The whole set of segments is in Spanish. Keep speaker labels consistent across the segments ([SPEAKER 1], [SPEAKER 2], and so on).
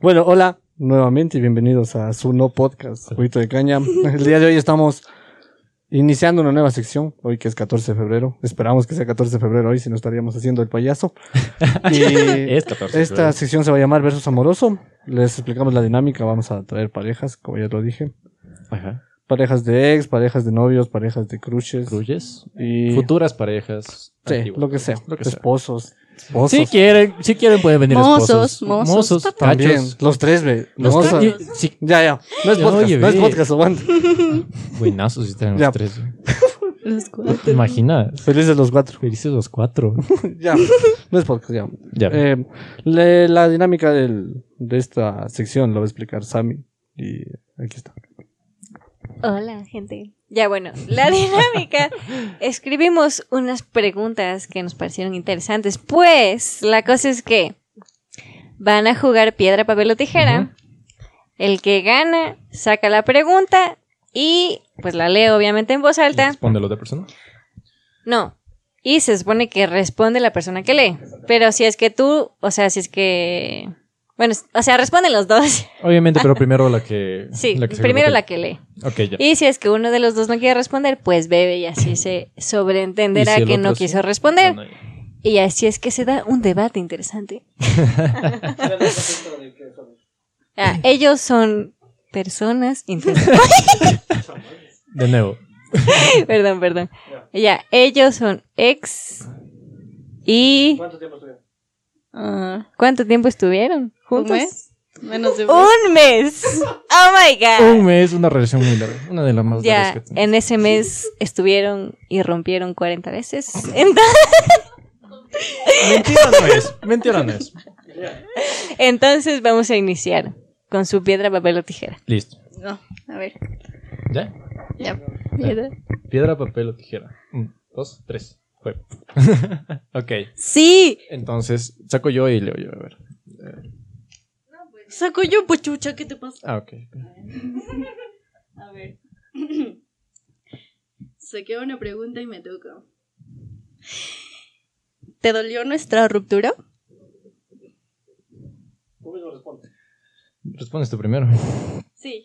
[SPEAKER 1] Bueno, hola nuevamente y bienvenidos a su no podcast, Juguito de Caña. El día de hoy estamos iniciando una nueva sección, hoy que es 14 de febrero. Esperamos que sea 14 de febrero hoy, si no estaríamos haciendo el payaso. Y
[SPEAKER 2] Es 14 de
[SPEAKER 1] esta sección se va a llamar Versus Amoroso. Les explicamos la dinámica, vamos a traer parejas, como ya lo dije.
[SPEAKER 2] Ajá.
[SPEAKER 1] Parejas de ex, parejas de novios, parejas de crushes.
[SPEAKER 2] Cruyes.
[SPEAKER 1] Y...
[SPEAKER 2] Futuras parejas.
[SPEAKER 1] Sí,
[SPEAKER 2] antiguas.
[SPEAKER 1] lo que sea.
[SPEAKER 2] Lo que sea.
[SPEAKER 1] esposos. esposos.
[SPEAKER 2] Si quieren, si quieren pueden venir
[SPEAKER 3] Mozos,
[SPEAKER 2] esposos.
[SPEAKER 3] mozos,
[SPEAKER 2] Mozos,
[SPEAKER 1] También,
[SPEAKER 2] cachos.
[SPEAKER 1] los tres, ve.
[SPEAKER 2] Los
[SPEAKER 1] Los
[SPEAKER 2] ca-
[SPEAKER 1] tres.
[SPEAKER 2] y- sí,
[SPEAKER 1] Ya, ya. No es
[SPEAKER 2] Ya,
[SPEAKER 1] podcast,
[SPEAKER 2] oye,
[SPEAKER 1] no es
[SPEAKER 2] ve.
[SPEAKER 1] podcast, aguanta.
[SPEAKER 2] buenazos si están
[SPEAKER 1] Ya.
[SPEAKER 2] los tres. güey.
[SPEAKER 3] Los
[SPEAKER 2] ¿Te
[SPEAKER 3] cuatro.
[SPEAKER 2] imaginas?
[SPEAKER 1] Felices los cuatro.
[SPEAKER 2] Felices los cuatro.
[SPEAKER 1] ya, no es podcast, ya.
[SPEAKER 2] Ya.
[SPEAKER 1] Eh, le- la dinámica del- de esta sección la va a explicar Sammy. Y aquí está.
[SPEAKER 3] Hola, gente. Ya bueno, la dinámica. Escribimos unas preguntas que nos parecieron interesantes. Pues, la cosa es que van a jugar piedra, papel o tijera. El que gana saca la pregunta y pues la lee obviamente en voz alta.
[SPEAKER 2] Responde la otra persona.
[SPEAKER 3] No. Y se supone que responde la persona que lee. Pero si es que tú, o sea, si es que... Bueno, o sea, responden los dos.
[SPEAKER 2] Obviamente, pero primero la que.
[SPEAKER 3] Sí,
[SPEAKER 2] la que se
[SPEAKER 3] primero
[SPEAKER 2] colocó.
[SPEAKER 3] la que lee.
[SPEAKER 2] Ok, ya.
[SPEAKER 3] Y si es que uno de los dos no quiere responder, pues bebe y así se sobreentenderá
[SPEAKER 2] ¿Y si el
[SPEAKER 3] que no
[SPEAKER 2] otro sí?
[SPEAKER 3] quiso responder.
[SPEAKER 2] Bueno, ya.
[SPEAKER 3] Y así es que se da un debate interesante. Ah, ellos son personas interesantes.
[SPEAKER 2] De nuevo.
[SPEAKER 3] perdón, perdón. Ya, ellos son ex y...
[SPEAKER 1] ¿Cuánto tiempo estuvieron?
[SPEAKER 3] ah, ¿Cuánto tiempo estuvieron?
[SPEAKER 4] ¿Un
[SPEAKER 3] ¿Juntos?
[SPEAKER 4] mes? Menos de un mes.
[SPEAKER 3] Un mes. Oh my god.
[SPEAKER 2] Un mes, una relación muy larga. Una de las más largas
[SPEAKER 3] Ya,
[SPEAKER 2] que tenemos.
[SPEAKER 3] en ese mes estuvieron y rompieron 40 veces. Entonces...
[SPEAKER 2] Mentira no es. Mentira no es.
[SPEAKER 3] Entonces vamos a iniciar con su piedra, papel o tijera.
[SPEAKER 2] Listo.
[SPEAKER 4] No, a ver.
[SPEAKER 2] ¿Ya?
[SPEAKER 4] Ya.
[SPEAKER 2] Piedra. Piedra, papel o tijera. Un, dos, tres. Fue. Mm. ok.
[SPEAKER 3] Sí.
[SPEAKER 2] Entonces, saco yo y leo yo. A ver. Eh,
[SPEAKER 4] Saco yo, pochucha, ¿qué te pasa?
[SPEAKER 2] Ah, ok.
[SPEAKER 4] A ver. Saqué una pregunta y me toca. ¿Te dolió nuestra ruptura?
[SPEAKER 2] Respondes tú primero.
[SPEAKER 4] Sí.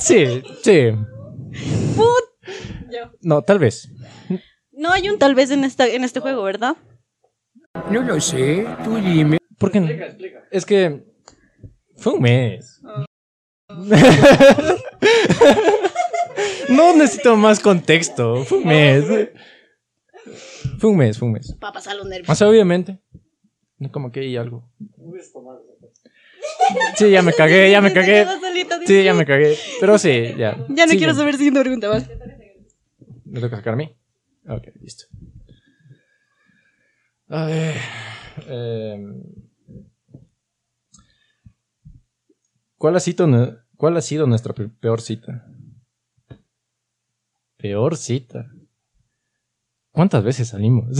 [SPEAKER 2] Sí, sí.
[SPEAKER 4] Yo.
[SPEAKER 2] No, tal vez.
[SPEAKER 4] No hay un tal vez en, esta, en este juego, ¿verdad?
[SPEAKER 5] No lo sé, tú dime.
[SPEAKER 2] ¿Por qué no? Es que fue un mes. no necesito más contexto. Fue un mes. Fue un mes, fue un mes.
[SPEAKER 4] Para pasar los
[SPEAKER 2] O
[SPEAKER 4] nervios.
[SPEAKER 2] sea, obviamente. No como que hay algo. Sí, ya me cagué, ya me cagué. Sí, ya me cagué. Pero sí, ya.
[SPEAKER 4] Ya no
[SPEAKER 2] Sí,
[SPEAKER 4] quiero saber siguiente pregunta más.
[SPEAKER 2] ¿Me toca sacar a mí? Ok, listo. A ver. em, ¿cuál, ha sido, nue- ¿Cuál ha sido nuestra pe- peor cita? Peor cita. ¿Cuántas veces salimos?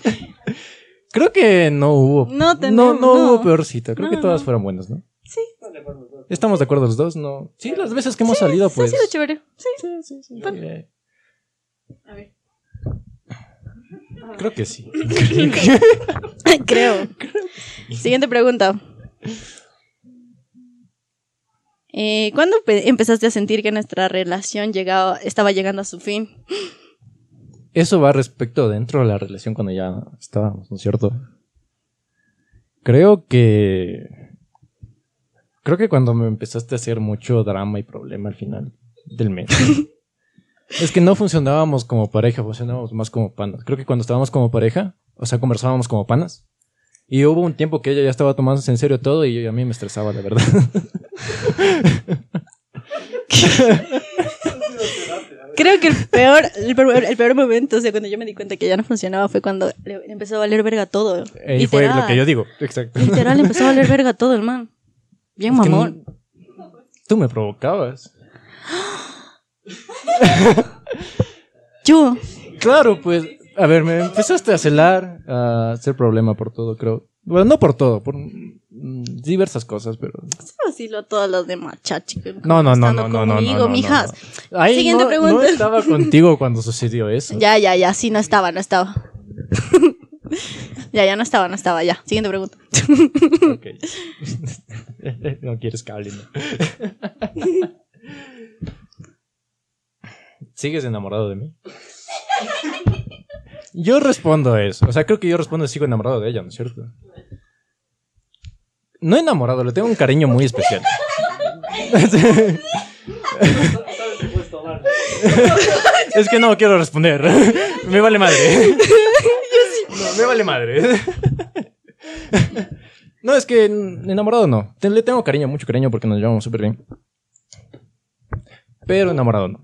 [SPEAKER 2] Creo que no hubo.
[SPEAKER 4] No
[SPEAKER 2] no,
[SPEAKER 4] tenemos,
[SPEAKER 2] no
[SPEAKER 4] no.
[SPEAKER 2] hubo peor cita. Creo que
[SPEAKER 4] No,
[SPEAKER 2] todas
[SPEAKER 4] no.
[SPEAKER 2] fueron buenas, ¿no? ¿Estamos de acuerdo los dos? No. Sí, las veces que hemos salido,
[SPEAKER 4] Sí, ha
[SPEAKER 2] pues.
[SPEAKER 4] sido chévere. Sí.
[SPEAKER 2] Sí, sí, sí. Eh,
[SPEAKER 4] A ver.
[SPEAKER 2] Creo que sí.
[SPEAKER 4] Creo. Siguiente pregunta. Eh, ¿Cuándo pe- empezaste a sentir que nuestra relación llegaba, estaba llegando a su fin?
[SPEAKER 2] Eso va respecto dentro de la relación cuando ya estábamos, ¿no es cierto? Creo que... Creo que cuando me empezaste a hacer mucho drama y problema al final del mes. es que no funcionábamos como pareja, funcionábamos más como panas. Creo que cuando estábamos como pareja, o sea, conversábamos como panas. Y hubo un tiempo que ella ya estaba tomándose en serio todo y yo, a mí me estresaba, la verdad.
[SPEAKER 4] Creo que el peor, el peor, el peor momento, o sea, cuando yo me di cuenta que ya no funcionaba, fue cuando le le empezó a valer verga todo.
[SPEAKER 2] y fue lo que yo digo. Exacto.
[SPEAKER 4] Literal, le empezó a valer verga todo el man. Bien
[SPEAKER 2] Es que
[SPEAKER 4] mamón.
[SPEAKER 2] no- Tú me provocabas.
[SPEAKER 4] Yo,
[SPEAKER 2] Claro, pues, a ver, me empezaste a celar, a hacer problema por todo, creo. Bueno, no por todo, por mm, diversas cosas, pero...
[SPEAKER 4] vacilo a todas las demás, chachi.
[SPEAKER 2] No, no, no, no,
[SPEAKER 4] estando
[SPEAKER 2] no, no, no,
[SPEAKER 4] conmigo,
[SPEAKER 2] no, no,
[SPEAKER 4] mijas.
[SPEAKER 2] no. Ahí
[SPEAKER 4] Siguiente
[SPEAKER 2] no,
[SPEAKER 4] pregunta.
[SPEAKER 2] No estaba contigo cuando sucedió eso.
[SPEAKER 4] Ya, ya, ya, sí, no estaba, no estaba. Ya, ya no estaba, no estaba, ya. Siguiente pregunta.
[SPEAKER 2] Ok. no quieres cable, ¿no? ¿Sigues enamorado de mí? Yo respondo eso. O sea, creo que yo respondo sigo enamorado de ella, ¿no es cierto? No enamorado, le tengo un cariño muy especial. es que no quiero responder. Me vale madre. No, me vale madre. No, es que enamorado no. Te- Le tengo cariño, mucho cariño porque nos llevamos súper bien. Pero enamorado no.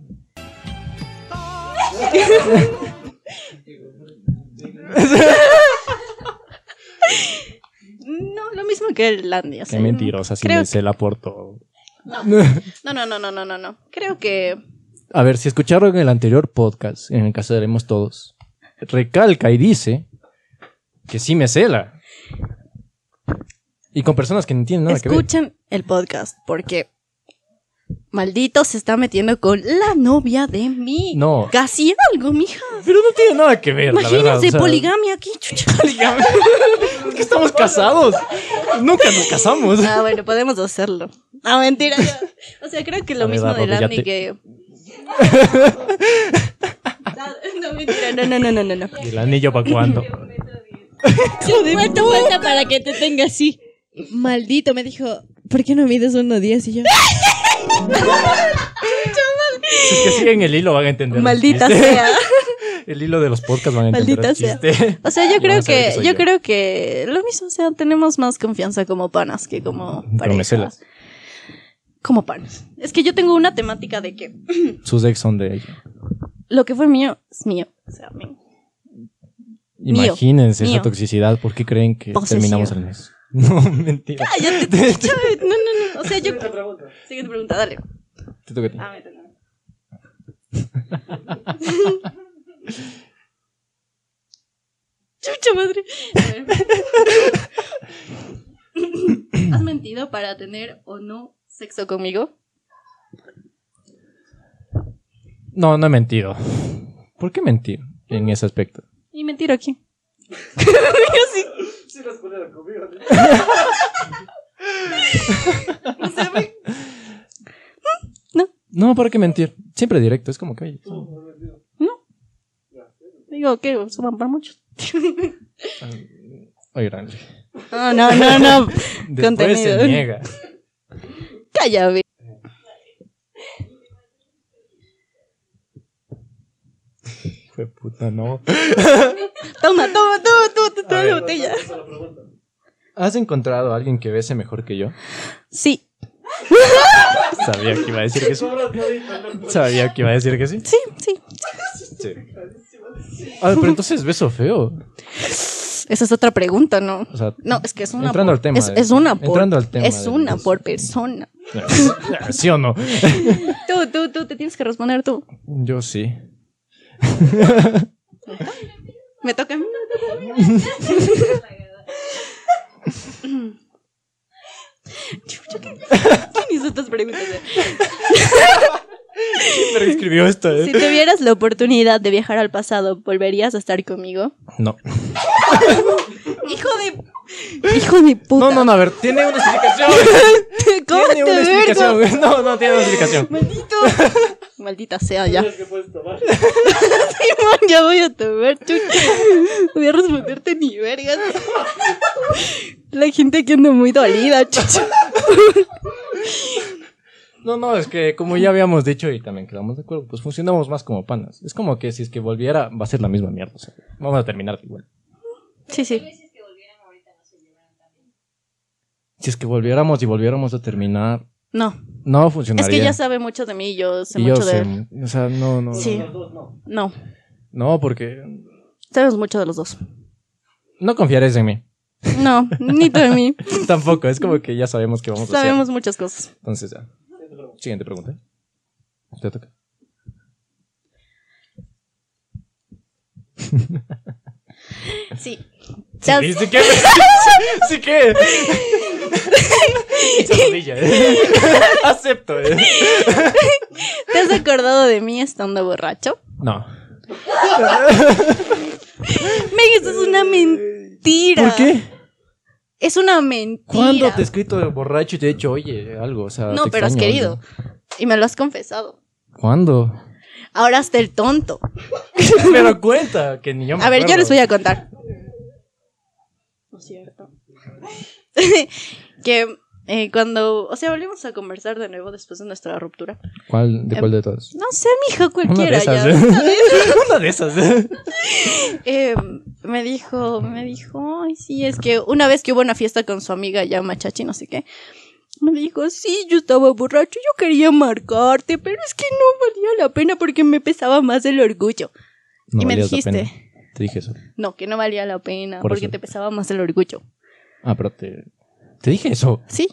[SPEAKER 4] No, lo mismo que el Landy, o
[SPEAKER 2] Qué
[SPEAKER 4] sea,
[SPEAKER 2] mentirosa, si
[SPEAKER 4] creo
[SPEAKER 2] me se la aporto.
[SPEAKER 4] No, no, no, no, no, no, no. Creo que
[SPEAKER 2] A ver, si escucharon el anterior podcast, en el caso haremos todos, recalca y dice que sí me cela. Y con personas que no tienen nada que ver.
[SPEAKER 4] escuchen el podcast porque maldito se está metiendo con la novia de mí.
[SPEAKER 2] No.
[SPEAKER 4] Casi algo, mija.
[SPEAKER 2] Pero no tiene nada que ver, la verdad.
[SPEAKER 4] Imagínense
[SPEAKER 2] o sea,
[SPEAKER 4] poligamia aquí, chucha.
[SPEAKER 2] poligamia. es que estamos casados. Nunca nos casamos.
[SPEAKER 4] Ah, bueno, podemos hacerlo. Ah, mentira. yo- O sea, creo que lo
[SPEAKER 2] A ver,
[SPEAKER 4] mismo
[SPEAKER 2] Bardo,
[SPEAKER 4] de
[SPEAKER 2] ya
[SPEAKER 4] Landy
[SPEAKER 2] te-
[SPEAKER 4] que. No, mentira, no, no, no, no, no, no.
[SPEAKER 2] ¿Y el anillo para cuándo?
[SPEAKER 6] ¿Cuánto falta para que te tenga así? Maldito, me dijo, ¿por qué no mides uno diez? Y yo,
[SPEAKER 2] Si es que siguen el hilo van a entender. el
[SPEAKER 4] Maldita
[SPEAKER 2] chiste.
[SPEAKER 4] sea.
[SPEAKER 2] El hilo de los podcasts van a entender.
[SPEAKER 4] Maldita
[SPEAKER 2] el
[SPEAKER 4] sea.
[SPEAKER 2] chiste.
[SPEAKER 4] O sea,
[SPEAKER 2] Y
[SPEAKER 4] yo
[SPEAKER 2] van
[SPEAKER 4] creo
[SPEAKER 2] a saber
[SPEAKER 4] que,
[SPEAKER 2] soy
[SPEAKER 4] yo creo que lo mismo, o sea, tenemos más confianza como panas que como
[SPEAKER 2] Pero me
[SPEAKER 4] parejas.
[SPEAKER 2] celas.
[SPEAKER 4] Como panas. Es que yo tengo una temática de que
[SPEAKER 2] Sus ex son de ella.
[SPEAKER 4] lo que fue mío es mío. O sea, me- Mío.
[SPEAKER 2] Imagínense esa
[SPEAKER 4] Mío.
[SPEAKER 2] toxicidad. ¿Por qué creen que
[SPEAKER 4] Posesión.
[SPEAKER 2] terminamos el mes? No, mentira.
[SPEAKER 4] Cállate, chucha, no, no, no. O sea, yo. Siguiente pregunta. dale.
[SPEAKER 2] Te toca a ti.
[SPEAKER 4] Ah, me toca. Chucha madre. A ver. ¿Has mentido para tener o no sexo conmigo?
[SPEAKER 2] No, no he mentido. ¿Por qué mentir en ese aspecto?
[SPEAKER 4] ¿Y mentir aquí?
[SPEAKER 2] No, ¿para qué mentir? Siempre directo, es como que... oye,
[SPEAKER 4] Digo, que suman para muchos.
[SPEAKER 2] Oye, grande.
[SPEAKER 4] No, no, no, no.
[SPEAKER 2] Después
[SPEAKER 4] Contenido.
[SPEAKER 2] se niega.
[SPEAKER 4] Cállate.
[SPEAKER 2] Hijo de puta, no.
[SPEAKER 4] Toma, toma, toma, toma, toma,
[SPEAKER 2] A
[SPEAKER 4] toma
[SPEAKER 2] ver.
[SPEAKER 4] la botella.
[SPEAKER 2] ¿Has encontrado a alguien que bese mejor que yo?
[SPEAKER 4] Sí,
[SPEAKER 2] Sabía que iba a decir que sí. Sabía que iba a decir que sí.
[SPEAKER 4] sí, sí.
[SPEAKER 2] Sí. Ah, pero entonces beso feo.
[SPEAKER 4] Esa es otra pregunta, ¿no?
[SPEAKER 2] O sea,
[SPEAKER 4] No, es que es una.
[SPEAKER 2] Entrando
[SPEAKER 4] por-
[SPEAKER 2] al tema
[SPEAKER 4] Es,
[SPEAKER 2] de-
[SPEAKER 4] es una por.
[SPEAKER 2] entrando al tema
[SPEAKER 4] Es
[SPEAKER 2] de-
[SPEAKER 4] una por persona.
[SPEAKER 2] ¿sí o no?
[SPEAKER 4] Tú, tú, tú, te tienes que responder tú.
[SPEAKER 2] Yo sí.
[SPEAKER 4] Me toca a mí. Chucha, ¿qué- ¿Quién hizo estas preguntas?
[SPEAKER 2] Pero escribió esto,
[SPEAKER 4] Si tuvieras la oportunidad de viajar al pasado, ¿volverías a estar conmigo?
[SPEAKER 2] No.
[SPEAKER 4] Hijo de. Hijo de puta.
[SPEAKER 2] No, no, no, a ver, tiene una explicación. tiene una explicación. No, no tiene una explicación.
[SPEAKER 4] Maldito. Maldita sea ya. Simón, ya voy a tomar, chucha. Voy a responderte ni vergas. La gente que anda muy dolida, chucha.
[SPEAKER 2] No, no, es que como ya habíamos dicho y también quedamos de acuerdo, pues funcionamos más como panas. Es como que si es que volviera, va a ser la misma mierda. o sea, vamos a terminar igual.
[SPEAKER 4] Sí, sí.
[SPEAKER 2] Si es que volviéramos y volviéramos a terminar,
[SPEAKER 4] No,
[SPEAKER 2] no
[SPEAKER 4] es
[SPEAKER 2] funcionaría.
[SPEAKER 4] que ya sabe mucho de mí y yo sé
[SPEAKER 2] Y yo
[SPEAKER 4] mucho de
[SPEAKER 2] sé,
[SPEAKER 4] él.
[SPEAKER 2] O sea, no, no.
[SPEAKER 4] Sí. No,
[SPEAKER 2] No, porque
[SPEAKER 4] sabes mucho de los dos.
[SPEAKER 2] no confiaréis en mí.
[SPEAKER 4] No, ni tú de mí.
[SPEAKER 2] Tampoco, es como que ya sabemos que vamos a hacer.
[SPEAKER 4] Sabemos muchas cosas.
[SPEAKER 2] Entonces, ya. Siguiente pregunta. Te toca.
[SPEAKER 4] Sí.
[SPEAKER 2] Sí, ¿viste qué? ¿Sí qué? Se arrodilla, ¿eh? Acepto, ¿eh?
[SPEAKER 4] ¿Te has acordado de mí estando borracho?
[SPEAKER 2] No.
[SPEAKER 4] Men, esto es una mentira.
[SPEAKER 2] ¿Por qué?
[SPEAKER 4] Es una mentira.
[SPEAKER 2] ¿Cuándo te he escrito borracho y te he dicho, oye, algo? O sea,
[SPEAKER 4] No,
[SPEAKER 2] te
[SPEAKER 4] pero has
[SPEAKER 2] extraño,
[SPEAKER 4] querido.
[SPEAKER 2] algo?
[SPEAKER 4] Y me lo has confesado.
[SPEAKER 2] ¿Cuándo?
[SPEAKER 4] Ahora hasta el tonto.
[SPEAKER 2] pero cuenta, que ni yo me
[SPEAKER 4] A ver, yo
[SPEAKER 2] acuerdo.
[SPEAKER 4] les voy a contar. No es cierto. que eh, cuando, o sea, volvimos a conversar de nuevo después de nuestra ruptura.
[SPEAKER 2] ¿Cuál, ¿De cuál de todas?
[SPEAKER 4] No sé, mijo, cualquiera
[SPEAKER 2] esas,
[SPEAKER 4] ya.
[SPEAKER 2] ¿eh? Una de esas. ¿eh?
[SPEAKER 4] Eh, me dijo, me dijo, ay, sí, es que una vez que hubo una fiesta con su amiga ya machachi, no sé qué, me dijo, sí, yo estaba borracho, yo quería marcarte, pero es que no valía la pena porque me pesaba más el orgullo.
[SPEAKER 2] No
[SPEAKER 4] Y me
[SPEAKER 2] valías la
[SPEAKER 4] dijiste.
[SPEAKER 2] pena. Te dije eso.
[SPEAKER 4] No, que no valía la pena
[SPEAKER 2] Por
[SPEAKER 4] porque
[SPEAKER 2] eso.
[SPEAKER 4] te pesaba más el orgullo.
[SPEAKER 2] Ah, pero te... Te dije eso.
[SPEAKER 4] Sí,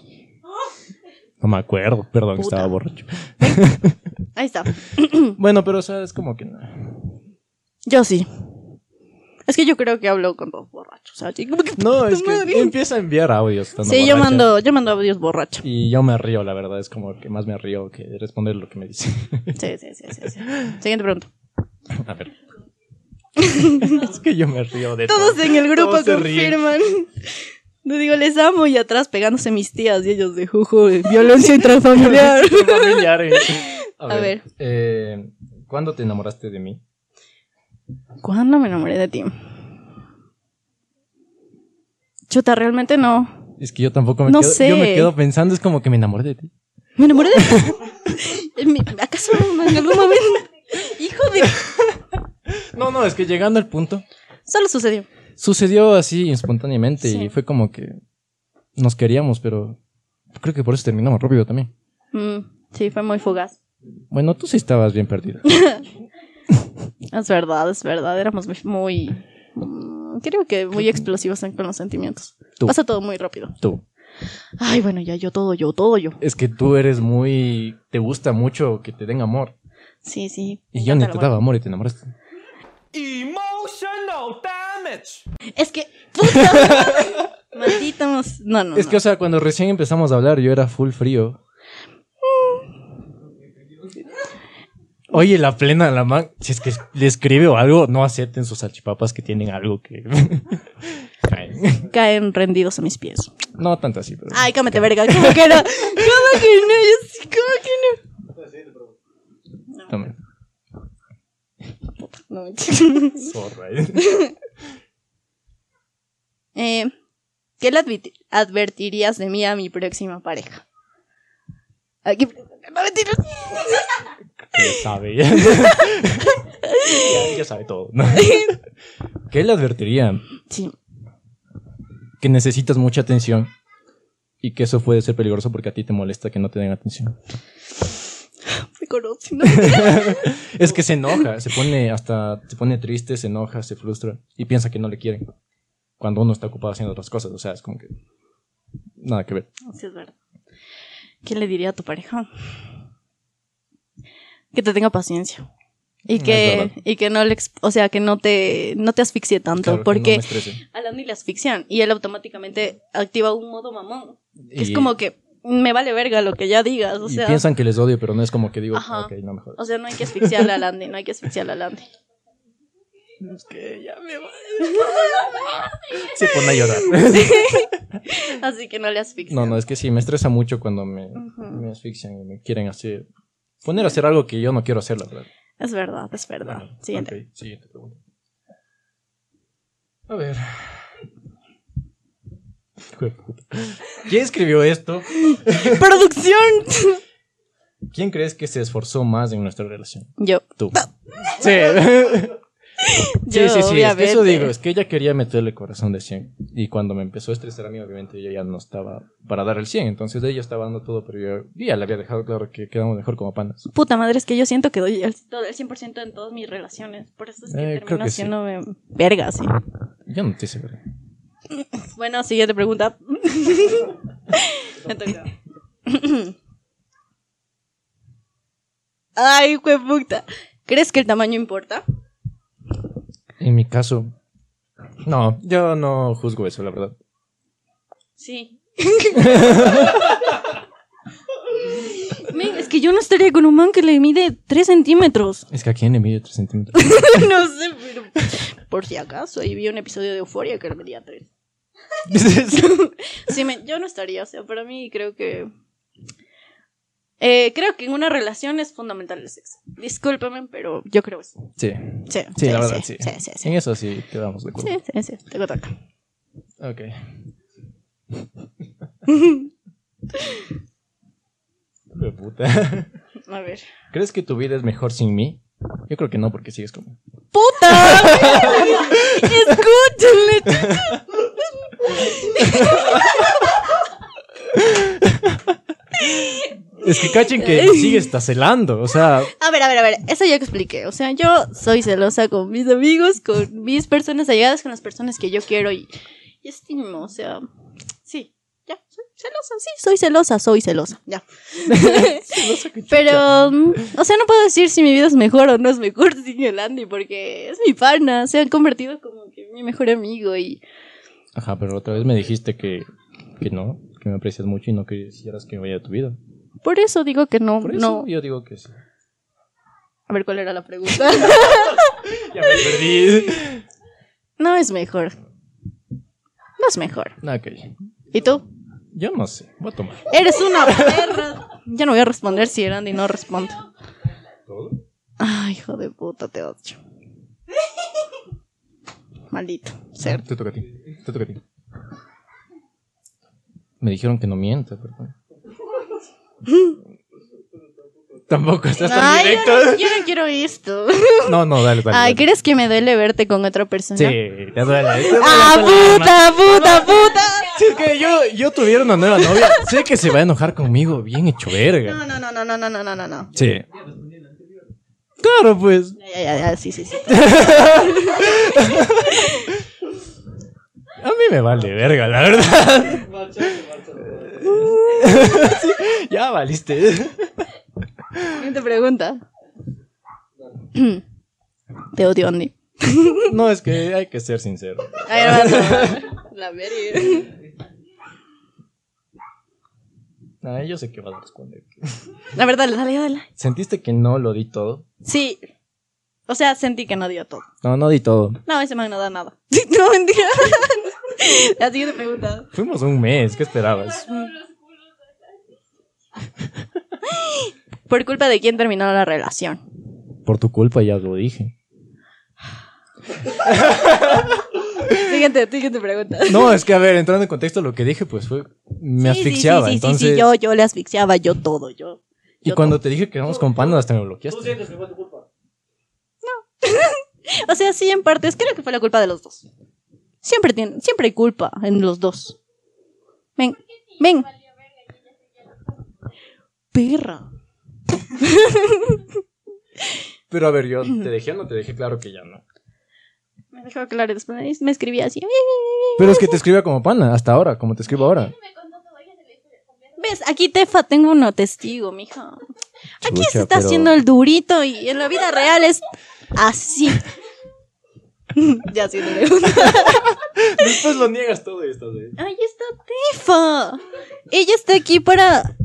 [SPEAKER 2] No me acuerdo. Perdón,
[SPEAKER 4] Puta.
[SPEAKER 2] estaba borracho.
[SPEAKER 4] ahí está.
[SPEAKER 2] Bueno, pero o sea, es como que... no.
[SPEAKER 4] Yo sí. Es que yo creo que hablo con dos borrachos. así como que-
[SPEAKER 2] No, es
[SPEAKER 4] Tu
[SPEAKER 2] que
[SPEAKER 4] madre.
[SPEAKER 2] empieza a enviar audios. estando
[SPEAKER 4] Sí, yo
[SPEAKER 2] borracha.
[SPEAKER 4] mando, yo mando audios borracho.
[SPEAKER 2] Y yo me río, la verdad. Es como que más me río que responder lo que me dice.
[SPEAKER 4] Sí, sí, sí, sí, sí. Siguiente pregunta.
[SPEAKER 2] A ver. es que yo me río de
[SPEAKER 4] Todos
[SPEAKER 2] todo.
[SPEAKER 4] en el grupo
[SPEAKER 2] Todos se ríen.
[SPEAKER 4] confirman. Le digo, les amo y atrás pegándose mis tías y ellos de jujo, de violencia intrafamiliar.
[SPEAKER 2] Tu familiar, eh. A ver.
[SPEAKER 4] A ver.
[SPEAKER 2] eh, ¿Cuándo te enamoraste de mí?
[SPEAKER 4] ¿Cuándo me enamoré de ti? Chuta, realmente no.
[SPEAKER 2] Es que yo tampoco me
[SPEAKER 4] No
[SPEAKER 2] quedo.
[SPEAKER 4] sé.
[SPEAKER 2] Yo me quedo pensando, es como que me enamoré de ti.
[SPEAKER 4] ¿Me enamoré de ti? ¿Acaso en algún momento? Hijo de...
[SPEAKER 2] No, no, es que llegando al punto,
[SPEAKER 4] Solo sucedió.
[SPEAKER 2] sucedió así espontáneamente
[SPEAKER 4] Sí.
[SPEAKER 2] y fue como que nos queríamos, pero creo que por eso terminamos rápido también.
[SPEAKER 4] Mm, sí, fue muy fugaz.
[SPEAKER 2] Bueno, tú sí estabas bien perdida.
[SPEAKER 4] Es verdad, es verdad. Éramos muy. muy, mm, creo que muy explosivos en- con los sentimientos.
[SPEAKER 2] Tú.
[SPEAKER 4] Pasa todo muy rápido.
[SPEAKER 2] Tú.
[SPEAKER 4] Ay, bueno, ya yo todo, yo todo, yo.
[SPEAKER 2] Es que tú eres muy. Te gusta mucho que te den amor.
[SPEAKER 4] Sí, sí.
[SPEAKER 2] Y yo ni
[SPEAKER 4] Encanta
[SPEAKER 2] te
[SPEAKER 4] la
[SPEAKER 2] daba amor y te enamoraste.
[SPEAKER 4] buena- Es que. ¡Puta! Malditos. No, no.
[SPEAKER 2] Es que,
[SPEAKER 4] no.
[SPEAKER 2] o sea, cuando recién empezamos a hablar, yo era full frío. Oye, la plena, la man, si es que le escribe o algo, no acepten sus salchipapas que tienen algo que... Ay,
[SPEAKER 4] Caen rendidos a mis pies.
[SPEAKER 2] no tanto así, pero...
[SPEAKER 4] Ay, cámete, verga. ¿Cómo que no? ¿Cómo que no? Yo sí, ¿Cómo que no?
[SPEAKER 2] toma.
[SPEAKER 4] No, mentira.
[SPEAKER 2] Zorra.
[SPEAKER 4] Eh, ¿Qué le adviti- advertirías de mí a mi próxima pareja? Aquí. No, mentira.
[SPEAKER 2] Ya sabe. ya, ya sabe todo. ¿no? ¿Qué le advertiría?
[SPEAKER 4] Sí.
[SPEAKER 2] Que necesitas mucha atención y que eso puede ser peligroso porque a ti te molesta que no te den atención.
[SPEAKER 4] Me conoce, ¿no?
[SPEAKER 2] Es que se enoja, se pone hasta, se pone triste, se enoja, se frustra y piensa que no le quieren. Cuando uno está ocupado haciendo otras cosas, o sea, es como que nada que ver.
[SPEAKER 4] Sí, es verdad. ¿Qué le diría a tu pareja? Que te tenga paciencia. Y
[SPEAKER 2] Es
[SPEAKER 4] que,
[SPEAKER 2] verdad.
[SPEAKER 4] y que no le, ex- o sea, que no te, no te asfixie tanto,
[SPEAKER 2] Claro que no
[SPEAKER 4] porque
[SPEAKER 2] me estrese.
[SPEAKER 4] a Landy le asfixian y él automáticamente activa un modo mamón. Que es
[SPEAKER 2] Y-
[SPEAKER 4] como que me vale verga lo que ya digas, o
[SPEAKER 2] y
[SPEAKER 4] sea,
[SPEAKER 2] piensan que les odio, pero no es como que digo, "Ah,
[SPEAKER 4] Ajá.
[SPEAKER 2] ok, no mejor.
[SPEAKER 4] o sea, no hay que asfixiarle a Landy, no hay que asfixiarle a Landy.
[SPEAKER 2] Se pone a llorar.
[SPEAKER 4] Así que no le asfixie.
[SPEAKER 2] No, no, es que sí, me estresa mucho cuando me, me asfixian y me quieren hacer, poner a hacer algo que yo no quiero hacer, la verdad.
[SPEAKER 4] Es verdad, es verdad.
[SPEAKER 2] Bueno,
[SPEAKER 4] Siguiente.
[SPEAKER 2] ok, siguiente pregunta. A ver. Hijo de puta. ¿Quién escribió esto?
[SPEAKER 4] ¡Producción!
[SPEAKER 2] ¿Quién crees que se esforzó más en nuestra relación?
[SPEAKER 4] Yo.
[SPEAKER 2] Tú. Sí. Sí, sí, sí. Es que eso
[SPEAKER 4] obviamente.
[SPEAKER 2] digo, es que ella quería meterle corazón de 100. Y cuando me empezó a estresar a mí, obviamente yo ya no estaba para dar el 100. Entonces ella estaba dando todo, pero yo ya le había dejado claro que quedamos mejor como panas.
[SPEAKER 4] Puta madre, es que yo siento que doy el, todo el 100% en todas mis relaciones. Por eso es que
[SPEAKER 2] Eh, creo
[SPEAKER 4] termino
[SPEAKER 2] que sí.
[SPEAKER 4] haciéndome verga, sí.
[SPEAKER 2] Yo no te hice ver.
[SPEAKER 4] Bueno, siguiente pregunta. Me toca. Ay, puta. ¿Crees que el tamaño importa?
[SPEAKER 2] En mi caso, no, yo no juzgo eso, la verdad.
[SPEAKER 4] Sí. Men, es que yo yo no estaría con un man que le mide 3 centímetros.
[SPEAKER 2] Es que a quién le mide 3 centímetros.
[SPEAKER 4] no sé, pero por si acaso, ahí vi un episodio de Euforia que le medía 3. Sí, me- yo no estaría, o sea, para mí creo que... Eh, creo que en una relación es fundamental el sexo. Discúlpame, pero yo creo eso.
[SPEAKER 2] sí.
[SPEAKER 4] Sí,
[SPEAKER 2] Sí, la verdad, sí.
[SPEAKER 4] Sí, sí,
[SPEAKER 2] En
[SPEAKER 4] sí.
[SPEAKER 2] eso sí quedamos de acuerdo.
[SPEAKER 4] Sí, sí, sí, tengo toca.
[SPEAKER 2] Ok. Hijo de puta.
[SPEAKER 4] A ver.
[SPEAKER 2] ¿Crees que tu vida es mejor sin mí? Yo creo que no, porque sigues como.
[SPEAKER 4] ¡Puta! Escúchenle,
[SPEAKER 2] Es que cachen que sigues tacelando. O sea,
[SPEAKER 4] A ver, a ver, a ver, eso ya que expliqué. O sea, yo soy celosa con mis amigos, con mis personas allegadas, con las personas que yo quiero y, y estimo. O sea, sí, ya, soy celosa, sí, soy celosa, soy celosa, ya. Pero, mm, o sea, no puedo decir si mi vida es mejor o no es mejor sin el Andy, porque es mi pana, se han convertido como que en mi mejor amigo y...
[SPEAKER 2] Ajá, pero otra vez me dijiste que, que no, que me aprecias mucho y no que quisieras que me vaya a tu vida.
[SPEAKER 4] Por eso digo que no,
[SPEAKER 2] Por
[SPEAKER 4] no.
[SPEAKER 2] eso yo digo que sí.
[SPEAKER 4] A ver, ¿cuál era la pregunta?
[SPEAKER 2] Ya me perdí.
[SPEAKER 4] no es mejor. No es mejor.
[SPEAKER 2] Ok,
[SPEAKER 4] ¿Y tú?
[SPEAKER 2] yo no sé, voy a tomar.
[SPEAKER 4] Eres una perra. Ya no voy a responder si Erandi no responde. Ay, hijo de puta, te odio. Maldito ser.
[SPEAKER 2] Te toca a ti, te toca a ti. Me dijeron que no mienta, perdón. Tampoco estás tan
[SPEAKER 4] Ay,
[SPEAKER 2] directo.
[SPEAKER 4] yo no, yo no quiero esto.
[SPEAKER 2] No, no, dale, dale.
[SPEAKER 4] Ay,
[SPEAKER 2] dale.
[SPEAKER 4] ¿crees que me duele verte con otra persona?
[SPEAKER 2] Sí, te duele. te duele
[SPEAKER 4] ¡Ah,
[SPEAKER 2] hasta la alma.
[SPEAKER 4] puta, puta, puta!
[SPEAKER 2] Si es que yo, yo tuviera una nueva novia, sé que se va a enojar conmigo, bien hecho verga.
[SPEAKER 4] No, no, no, no, no, no, no, no, no, no.
[SPEAKER 2] Sí. Claro, pues.
[SPEAKER 4] Ya, ya, ya, sí, sí, sí.
[SPEAKER 2] A mí me vale verga, la verdad. Sí, ya valiste.
[SPEAKER 4] Siguiente pregunta. Te odio, Andy.
[SPEAKER 2] No, es que hay que ser sincero.
[SPEAKER 4] Ay, hermano. La verga.
[SPEAKER 2] Ay, Ah, yo sé que vas a responder.
[SPEAKER 4] La verdad, dale, dale.
[SPEAKER 2] ¿Sentiste que no lo di todo?
[SPEAKER 4] Sí. O sea, sentí que no dio todo.
[SPEAKER 2] No, no di todo.
[SPEAKER 4] No, ese man no da nada. no, mentira. La siguiente pregunta.
[SPEAKER 2] Fuimos un mes, ¿qué esperabas?
[SPEAKER 4] ¿Por culpa de quién terminó la relación?
[SPEAKER 2] Por tu culpa ya lo dije.
[SPEAKER 4] Siguiente, siguiente pregunta.
[SPEAKER 2] No, es que a ver, entrando en contexto, lo que dije pues fue. Me asfixiaba,
[SPEAKER 4] sí, sí, sí,
[SPEAKER 2] entonces.
[SPEAKER 4] sí, yo, yo le asfixiaba, yo todo, yo.
[SPEAKER 2] Y
[SPEAKER 4] Yo
[SPEAKER 2] cuando te dije que éramos con pandas, hasta me bloqueaste.
[SPEAKER 4] O sea, sí, en partes, creo que fue la culpa de los dos. Siempre tiene, siempre hay culpa en los dos. Ven, ven. Perra.
[SPEAKER 2] Pero a ver, yo te dejé o no te dejé claro que ya no.
[SPEAKER 4] Me dejó claro después, me escribía así.
[SPEAKER 2] Pero es que te escribía como pana, hasta ahora, como te escribo ahora.
[SPEAKER 4] ¿Ves? Aquí Tefa tengo uno testigo, mija. Aquí se
[SPEAKER 2] Chucha,
[SPEAKER 4] está
[SPEAKER 2] pero-
[SPEAKER 4] haciendo el durito y en la vida real es así. ya sí lo leo.
[SPEAKER 2] Después lo niegas todo esto, ¿eh?
[SPEAKER 4] Ahí está Tefa. Ella está aquí para.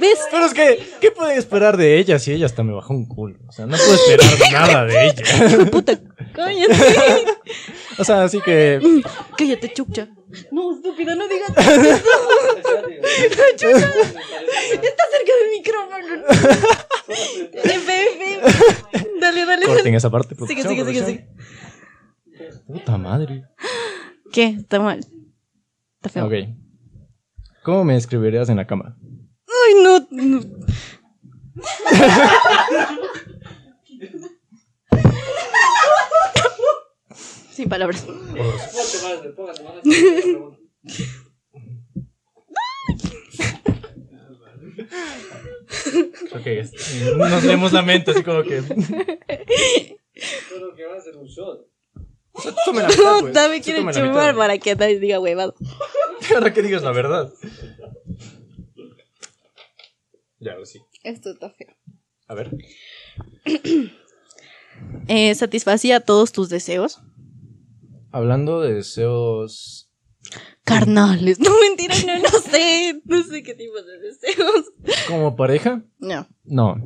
[SPEAKER 4] ¿Ves?
[SPEAKER 2] Pero es que, ¿qué pueden esperar de ella si ella hasta me bajó un culo? O sea, no puedo esperar nada de ella.
[SPEAKER 4] Hijo de puta, cállate.
[SPEAKER 2] O sea, así que.
[SPEAKER 4] cállate, chucha. No, estúpido, no digas eso. chucha. Está cerca del micrófono. Ven, ven, ven. Dale, dale,
[SPEAKER 2] Corten
[SPEAKER 4] dale.
[SPEAKER 2] esa parte.
[SPEAKER 4] Sigue,
[SPEAKER 2] producción,
[SPEAKER 4] sigue, sigue, sigue.
[SPEAKER 2] producción. Puta madre.
[SPEAKER 4] ¿Qué? Está mal. Está feo.
[SPEAKER 2] Ok. ¿Cómo me describirías en la cama?
[SPEAKER 4] Ay, no. no. Sin palabras.
[SPEAKER 2] Ok, eh, nos leemos la mente, así como que. O sea, tú me la mitad, pues.
[SPEAKER 4] Puta, me
[SPEAKER 2] Tú
[SPEAKER 4] quieren
[SPEAKER 2] toma la mitad.
[SPEAKER 4] chumar para que nadie diga huevado.
[SPEAKER 2] Para que digas la verdad. Ya, ahora sí.
[SPEAKER 4] Esto está feo.
[SPEAKER 2] A ver.
[SPEAKER 4] Eh, ¿Satisfacía todos tus deseos?
[SPEAKER 2] Hablando de deseos.
[SPEAKER 4] carnales. No, mentira, no, no sé. No sé qué tipo de deseos.
[SPEAKER 2] ¿Como pareja?
[SPEAKER 4] No.
[SPEAKER 2] No.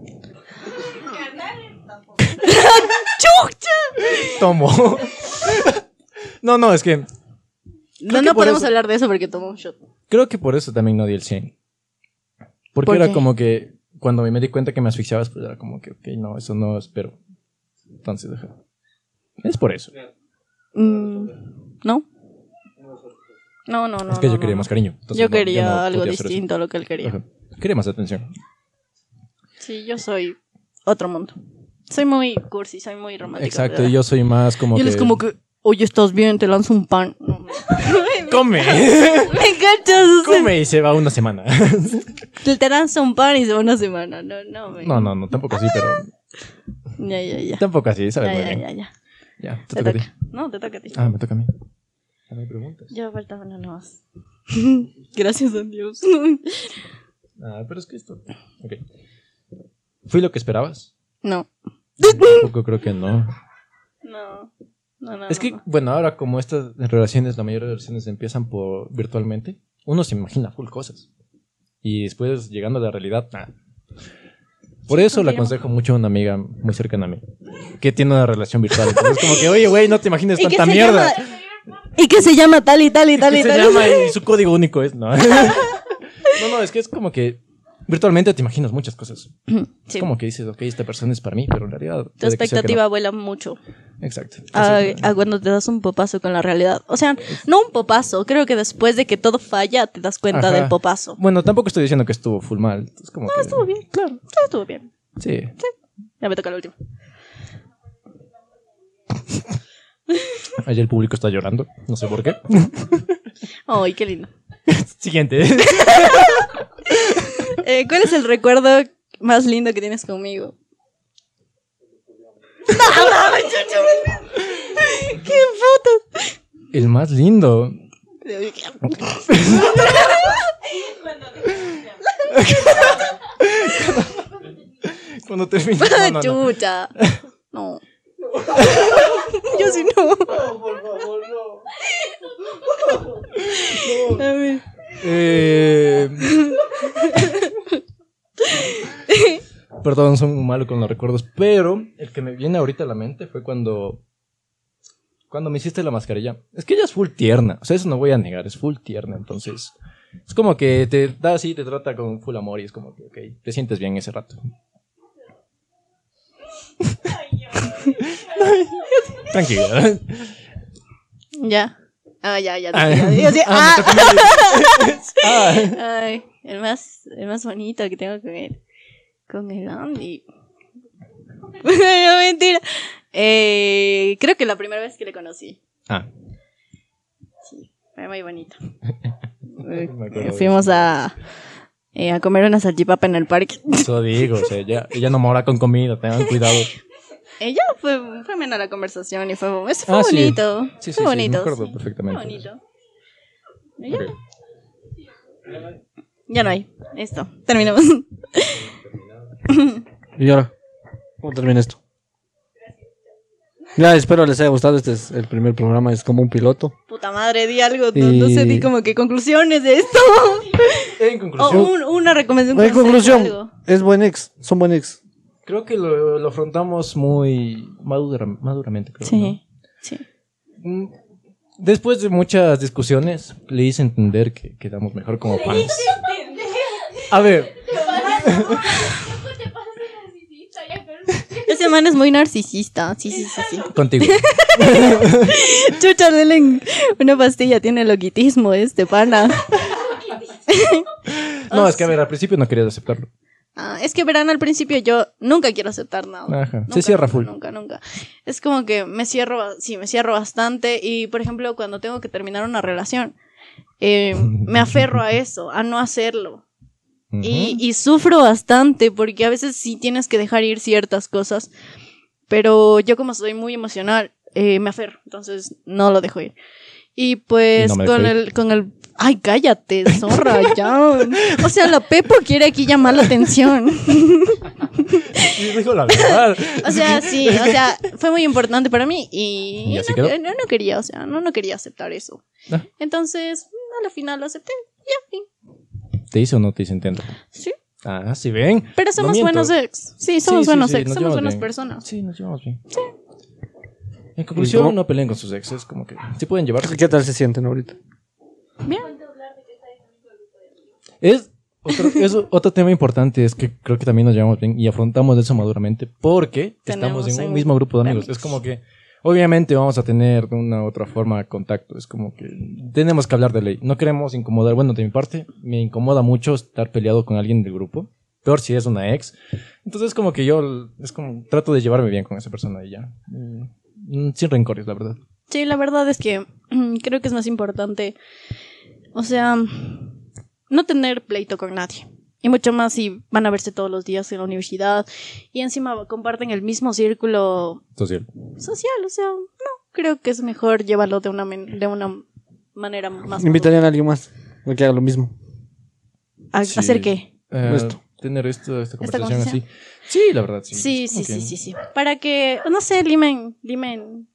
[SPEAKER 4] ¡Chucha!
[SPEAKER 2] Tomo. no, no, es que
[SPEAKER 4] No,
[SPEAKER 2] que
[SPEAKER 4] no
[SPEAKER 2] por
[SPEAKER 4] podemos
[SPEAKER 2] eso-
[SPEAKER 4] hablar de eso porque tomó un shot.
[SPEAKER 2] creo que por eso también no di el 100. Porque
[SPEAKER 4] ¿Por
[SPEAKER 2] era
[SPEAKER 4] qué?
[SPEAKER 2] como que cuando me di cuenta que me asfixiabas, pues era como que, ok, no, eso no espero. Entonces, ajá. Es por eso.
[SPEAKER 4] Mm, ¿No? No, no, no.
[SPEAKER 2] es que yo
[SPEAKER 4] no,
[SPEAKER 2] quería
[SPEAKER 4] no.
[SPEAKER 2] más cariño. Entonces,
[SPEAKER 4] Yo
[SPEAKER 2] no,
[SPEAKER 4] quería
[SPEAKER 2] no
[SPEAKER 4] algo
[SPEAKER 2] podía hacer eso.
[SPEAKER 4] distinto a lo que él quería.
[SPEAKER 2] Ajá. Quería más atención.
[SPEAKER 4] Sí, yo soy otro mundo. Soy muy cursi, soy muy romántica.
[SPEAKER 2] Exacto, y yo soy más como
[SPEAKER 4] Y él
[SPEAKER 2] que...
[SPEAKER 4] es como que, oye, estás bien, te lanzo un pan. No, me-
[SPEAKER 2] ¡Come!
[SPEAKER 4] Me encanta o sea,
[SPEAKER 2] ¡Come! Y se va una semana.
[SPEAKER 4] Te lanzo un pan y se va una semana. No, no, me-
[SPEAKER 2] no, no, no, tampoco así, pero...
[SPEAKER 4] Ya, ya, ya.
[SPEAKER 2] Tampoco así, ¿sabes?
[SPEAKER 4] Ya,
[SPEAKER 2] muy
[SPEAKER 4] ya,
[SPEAKER 2] bien.
[SPEAKER 4] ya, ya.
[SPEAKER 2] Ya, te
[SPEAKER 4] Te
[SPEAKER 2] toca a ti.
[SPEAKER 4] toca. No, te toca a ti.
[SPEAKER 2] Ah, me toca a mí. Ya me preguntas.
[SPEAKER 4] Yo falta una nomás. Gracias a Dios.
[SPEAKER 2] Ah, pero es que esto... Ok. ¿Fui lo que esperabas?
[SPEAKER 4] No.
[SPEAKER 2] Tampoco creo que no.
[SPEAKER 4] No. No, no.
[SPEAKER 2] Es
[SPEAKER 4] no,
[SPEAKER 2] que,
[SPEAKER 4] Ah, no.
[SPEAKER 2] bueno, ahora como estas relaciones, la mayoría de relaciones empiezan por virtualmente, uno se imagina full cosas. Y después, llegando a la realidad, nada. Por eso le
[SPEAKER 4] confirmo.
[SPEAKER 2] aconsejo mucho a una amiga muy cercana a mí, que tiene una relación virtual. Entonces, como que, oye, güey, no te imagines
[SPEAKER 4] ¿Y qué
[SPEAKER 2] tanta
[SPEAKER 4] se
[SPEAKER 2] mierda.
[SPEAKER 4] llama? ¿Y qué se llama tal y tal y
[SPEAKER 2] ¿Qué
[SPEAKER 4] tal y
[SPEAKER 2] se
[SPEAKER 4] tal?
[SPEAKER 2] llama? Y su código único es, ¿no? no, no, es que es como que virtualmente te imaginas muchas cosas.
[SPEAKER 4] Sí.
[SPEAKER 2] Es como que dices, ok, esta persona es para mí, pero en realidad... puede
[SPEAKER 4] Tu
[SPEAKER 2] que Ah, sea que
[SPEAKER 4] expectativa Ah, vuela mucho
[SPEAKER 2] no. Exacto.
[SPEAKER 4] a,
[SPEAKER 2] Entonces,
[SPEAKER 4] a cuando te das un popazo con la realidad. O sea, no un popazo. Creo que después de que todo falla, te das cuenta
[SPEAKER 2] Ajá.
[SPEAKER 4] del popazo.
[SPEAKER 2] Bueno, tampoco estoy diciendo que estuvo full mal. Es como que-
[SPEAKER 4] Estuvo bien, claro. sí, Estuvo bien.
[SPEAKER 2] Sí.
[SPEAKER 4] Ya me toca la última.
[SPEAKER 2] Allá el público está llorando. No sé por qué.
[SPEAKER 4] Ay, qué lindo.
[SPEAKER 2] Siguiente.
[SPEAKER 4] Eh, ¿Cuál es el recuerdo más lindo que tienes conmigo?
[SPEAKER 2] El más lindo. Cuando termine. No, no, no.
[SPEAKER 4] Chucha. No. Yo sí no. No, por favor, no. A ver.
[SPEAKER 2] Eh, Perdón, soy muy malo con los recuerdos. Pero el que me viene ahorita a la mente fue cuando. Cuando me hiciste la mascarilla. Es que ella es full tierna. O sea, eso no voy a negar. Es full tierna. Entonces. Es como que te da así, te trata con full amor y es como que, ok, te sientes bien ese rato. Tranquila.
[SPEAKER 4] Ya. Ah, ya, ya.
[SPEAKER 2] Ah,
[SPEAKER 4] ya, ya, ya.
[SPEAKER 2] ah, me toca
[SPEAKER 4] Ah,
[SPEAKER 2] a mí. Ah.
[SPEAKER 4] ay, el más, el más bonito que tengo con él. Con el Andy. no, mentira. Eh, creo que la primera vez que le conocí.
[SPEAKER 2] Ah,
[SPEAKER 4] Fue muy bonito.
[SPEAKER 2] me acuerdo de
[SPEAKER 4] Fuimos a, eh, a comer una salchipapa en el parque.
[SPEAKER 2] eso digo, o sea, ella, ella no mora con comida, tengan cuidado.
[SPEAKER 4] Ella Eh, fue, fue amena la conversación y fue, eso fue
[SPEAKER 2] Ah, sí.
[SPEAKER 4] bonito.
[SPEAKER 2] Sí, sí, sí,
[SPEAKER 4] fue
[SPEAKER 2] me
[SPEAKER 4] bonito.
[SPEAKER 2] acuerdo
[SPEAKER 4] sí.
[SPEAKER 2] perfectamente.
[SPEAKER 4] Fue bonito.
[SPEAKER 2] Ok.
[SPEAKER 4] Ya no hay. Esto. Terminamos.
[SPEAKER 1] Y ahora, ¿cómo termina esto? Ya, espero les haya gustado. Este es el primer programa, es como un piloto.
[SPEAKER 4] Puta madre, di algo. No, no sé, di
[SPEAKER 1] Y-
[SPEAKER 4] como que conclusiones de esto.
[SPEAKER 2] En
[SPEAKER 4] O
[SPEAKER 2] conclusión,
[SPEAKER 4] un- una recomendación.
[SPEAKER 1] En
[SPEAKER 4] consejo,
[SPEAKER 1] conclusión,
[SPEAKER 4] algo.
[SPEAKER 1] es buen ex, son buen ex.
[SPEAKER 2] creo que lo, lo afrontamos muy madura- maduramente, creo.
[SPEAKER 4] Sí. Sí.
[SPEAKER 2] ¿no? Mm, Después de muchas discusiones, le hice entender que quedamos mejor como fans. A ver,
[SPEAKER 4] Ese man es muy narcisista. Sí, sí, sí, sí.
[SPEAKER 2] contigo.
[SPEAKER 4] Chucha, denle una pastilla. Tiene loquitismo este pana.
[SPEAKER 2] No, es que a ver, al principio no querías aceptarlo.
[SPEAKER 4] Ah, es que verán, al principio yo nunca quiero aceptar nada.
[SPEAKER 2] Ajá, se
[SPEAKER 4] Nunca,
[SPEAKER 2] cierra
[SPEAKER 4] nunca,
[SPEAKER 2] full.
[SPEAKER 4] Nunca, nunca. Es como que me cierro, ba- sí, me cierro bastante. Y por ejemplo, cuando tengo que terminar una relación, eh, me aferro a eso, a no hacerlo. Y, y sufro bastante porque a veces sí tienes que dejar ir ciertas cosas. Pero yo, como soy muy emocional, eh, me aferro. Entonces no lo dejo ir. Y pues
[SPEAKER 2] Y no me
[SPEAKER 4] con,
[SPEAKER 2] dejó ir.
[SPEAKER 4] el, con el. Ay, cállate, zorra, ya. O sea, la Pepo quiere aquí llamar la atención.
[SPEAKER 2] Ujú. Y dijo la verdad.
[SPEAKER 4] O sea, sí, o sea, fue muy importante para mí y,
[SPEAKER 2] Y así
[SPEAKER 4] no,
[SPEAKER 2] quedó.
[SPEAKER 4] no, no quería, o sea, no, no quería aceptar eso.
[SPEAKER 2] Ah.
[SPEAKER 4] Entonces, no la final lo acepté. Ya, fin.
[SPEAKER 2] ¿Te hice o no te hice entender?
[SPEAKER 4] Sí.
[SPEAKER 2] Ah, sí ven.
[SPEAKER 4] Pero somos
[SPEAKER 2] miento.
[SPEAKER 4] buenos ex. Sí, somos
[SPEAKER 2] Sí, sí,
[SPEAKER 4] buenos
[SPEAKER 2] sí,
[SPEAKER 4] ex.
[SPEAKER 2] nos
[SPEAKER 4] Somos
[SPEAKER 2] llevamos
[SPEAKER 4] buenas
[SPEAKER 2] bien.
[SPEAKER 4] personas.
[SPEAKER 2] Sí, nos llevamos bien. En conclusión, no peleen con sus exes, como que sí pueden llevarse.
[SPEAKER 1] ¿Qué tal se sienten ahorita?
[SPEAKER 4] Bien.
[SPEAKER 2] Es otro, es otro tema importante, es que creo que también nos llevamos bien y afrontamos eso maduramente porque
[SPEAKER 4] Tenemos
[SPEAKER 2] estamos en
[SPEAKER 4] un
[SPEAKER 2] un mismo grupo de
[SPEAKER 4] de
[SPEAKER 2] amigos.
[SPEAKER 4] amigos.
[SPEAKER 2] Es como que, obviamente, vamos a tener de una u otra forma contacto. Es como que tenemos que hablar de ley. No queremos incomodar. Bueno, de mi parte, me incomoda mucho estar peleado con alguien del grupo. Peor si es una ex. Entonces, como que yo, es como, trato de llevarme bien con esa persona y ya. Mm, Sin rencores, la verdad.
[SPEAKER 4] Sí, la verdad es que mm, creo que es más importante, o sea, no tener pleito con nadie. Y mucho más si van a verse todos los días en la universidad y encima comparten el mismo círculo
[SPEAKER 2] Social.
[SPEAKER 4] social. O sea, no, creo que es mejor llevarlo de una, men- de una manera más...
[SPEAKER 1] ¿Invitarían a alguien más? Que haga lo mismo.
[SPEAKER 4] ¿A-
[SPEAKER 2] Sí.
[SPEAKER 4] ¿Hacer qué?
[SPEAKER 2] Eh,
[SPEAKER 1] Esto.
[SPEAKER 2] Tener esto, esta
[SPEAKER 4] Esta
[SPEAKER 2] conversación así.
[SPEAKER 4] conversación.
[SPEAKER 2] Sí, la verdad, sí.
[SPEAKER 4] Sí,
[SPEAKER 2] Es como
[SPEAKER 4] sí, sí,
[SPEAKER 2] que-
[SPEAKER 4] sí, sí. Para que, no sé, limen, limen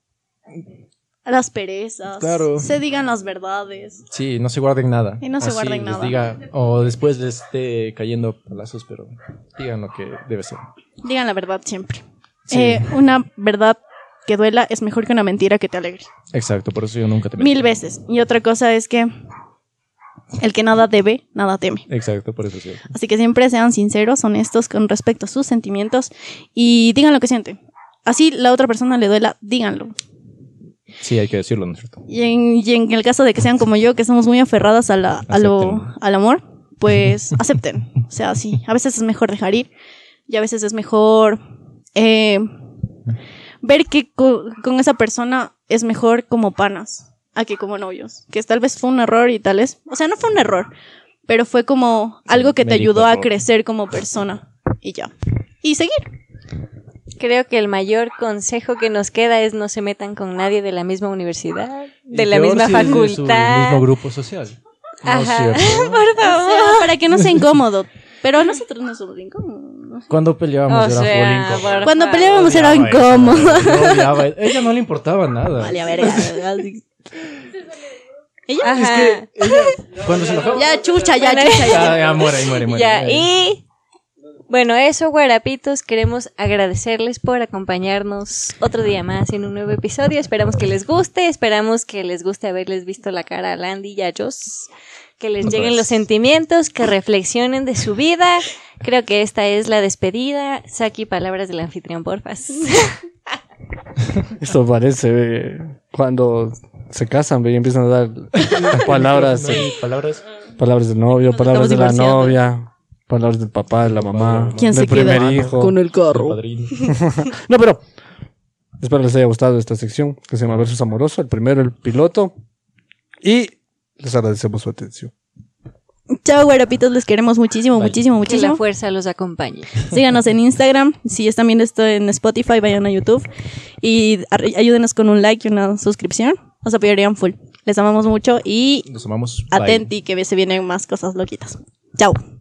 [SPEAKER 4] las perezas.
[SPEAKER 2] Claro.
[SPEAKER 4] Se digan las verdades.
[SPEAKER 2] Sí, no se guarden nada.
[SPEAKER 4] Y no se guarden
[SPEAKER 2] les
[SPEAKER 4] nada.
[SPEAKER 2] diga, o después les esté cayendo palazos, pero digan lo que debe ser.
[SPEAKER 4] Digan la verdad siempre.
[SPEAKER 2] Sí.
[SPEAKER 4] Eh, una verdad que duela es mejor que una mentira que te alegre.
[SPEAKER 2] Exacto, por eso yo nunca te meto.
[SPEAKER 4] Mil veces. Y otra cosa es que el que nada debe, nada teme.
[SPEAKER 2] Exacto, por eso sí.
[SPEAKER 4] Así que siempre sean sinceros, honestos con respecto a sus sentimientos y digan lo que sienten. Así la otra persona le duela, díganlo.
[SPEAKER 2] Sí, hay que decirlo, ¿no es cierto?
[SPEAKER 4] Y en, y en el caso de que sean como yo, que somos muy aferradas a la- a lo,
[SPEAKER 2] Acepten.
[SPEAKER 4] al amor, pues acepten. O sea, sí, a veces es mejor dejar ir y a veces es mejor eh, ver que co- con, esa persona es mejor como panas a que como novios. Que tal vez fue un error y tal vez, o sea, no fue un error, pero fue como algo que te
[SPEAKER 2] Médico
[SPEAKER 4] ayudó a
[SPEAKER 2] error.
[SPEAKER 4] crecer como persona y ya. Y seguir.
[SPEAKER 3] Creo que el mayor consejo que nos queda es no se metan con nadie de la misma universidad, de la
[SPEAKER 2] Y peor
[SPEAKER 3] misma
[SPEAKER 2] si es de su
[SPEAKER 3] facultad.
[SPEAKER 2] mismo grupo social. No es
[SPEAKER 3] Ajá.
[SPEAKER 2] cierto.
[SPEAKER 3] Por
[SPEAKER 4] O
[SPEAKER 3] favor.
[SPEAKER 4] sea, para que no sea incómodo. Pero nosotros no somos incómodos.
[SPEAKER 2] Cuando
[SPEAKER 3] O
[SPEAKER 2] peleábamos
[SPEAKER 3] sea,
[SPEAKER 2] era full incómodo.
[SPEAKER 3] por
[SPEAKER 4] Cuando
[SPEAKER 3] favor.
[SPEAKER 4] peleábamos pues era
[SPEAKER 2] Odiaba eso,
[SPEAKER 4] incómodo.
[SPEAKER 2] yo odiaba- Ella no le importaba nada.
[SPEAKER 4] Vale, a ver, ya, Ella
[SPEAKER 3] Ajá.
[SPEAKER 2] Cuando se enojaba.
[SPEAKER 4] Ya, chucha, ya,
[SPEAKER 3] Bueno,
[SPEAKER 4] chucha.
[SPEAKER 2] Ya, ya, muere, ahí muere, muere.
[SPEAKER 3] Ya,
[SPEAKER 2] Ahí.
[SPEAKER 3] y bueno, eso, guarapitos, queremos agradecerles por acompañarnos otro día más en un nuevo episodio. Esperamos que les guste, esperamos que les guste haberles visto la cara a Landy y a Joss, que les
[SPEAKER 2] Otra
[SPEAKER 3] lleguen
[SPEAKER 2] vez.
[SPEAKER 3] los sentimientos, que reflexionen de su vida. Creo que esta es la despedida. Saki, palabras del anfitrión, porfas.
[SPEAKER 1] Esto parece eh, cuando se casan ve, y empiezan a dar palabras,
[SPEAKER 2] No hay
[SPEAKER 1] eh,
[SPEAKER 2] palabras.
[SPEAKER 1] palabras del novio,
[SPEAKER 4] Nos
[SPEAKER 1] palabras de la
[SPEAKER 4] estamos divorciando.
[SPEAKER 1] novia, palabras del papá, de la mamá,
[SPEAKER 4] ¿Quién
[SPEAKER 1] del
[SPEAKER 4] se queda?
[SPEAKER 1] primer hijo.
[SPEAKER 6] el
[SPEAKER 2] del padrino.
[SPEAKER 1] No, pero espero les haya gustado esta sección que se llama Versus Amoroso, el primero, el piloto. Y les agradecemos su atención.
[SPEAKER 4] Chao, guarapitos, les queremos muchísimo,
[SPEAKER 2] Vale.
[SPEAKER 4] muchísimo,
[SPEAKER 3] Que la
[SPEAKER 4] muchísimo.
[SPEAKER 3] fuerza los acompañe.
[SPEAKER 4] Síganos en Instagram. Si están viendo esto en Spotify, vayan a YouTube. Y ar- ayúdenos con un like y una suscripción. Nos apoyarían full. Les amamos mucho y
[SPEAKER 2] Nos amamos. Bye.
[SPEAKER 4] atenti que se vienen más cosas loquitas. Chao.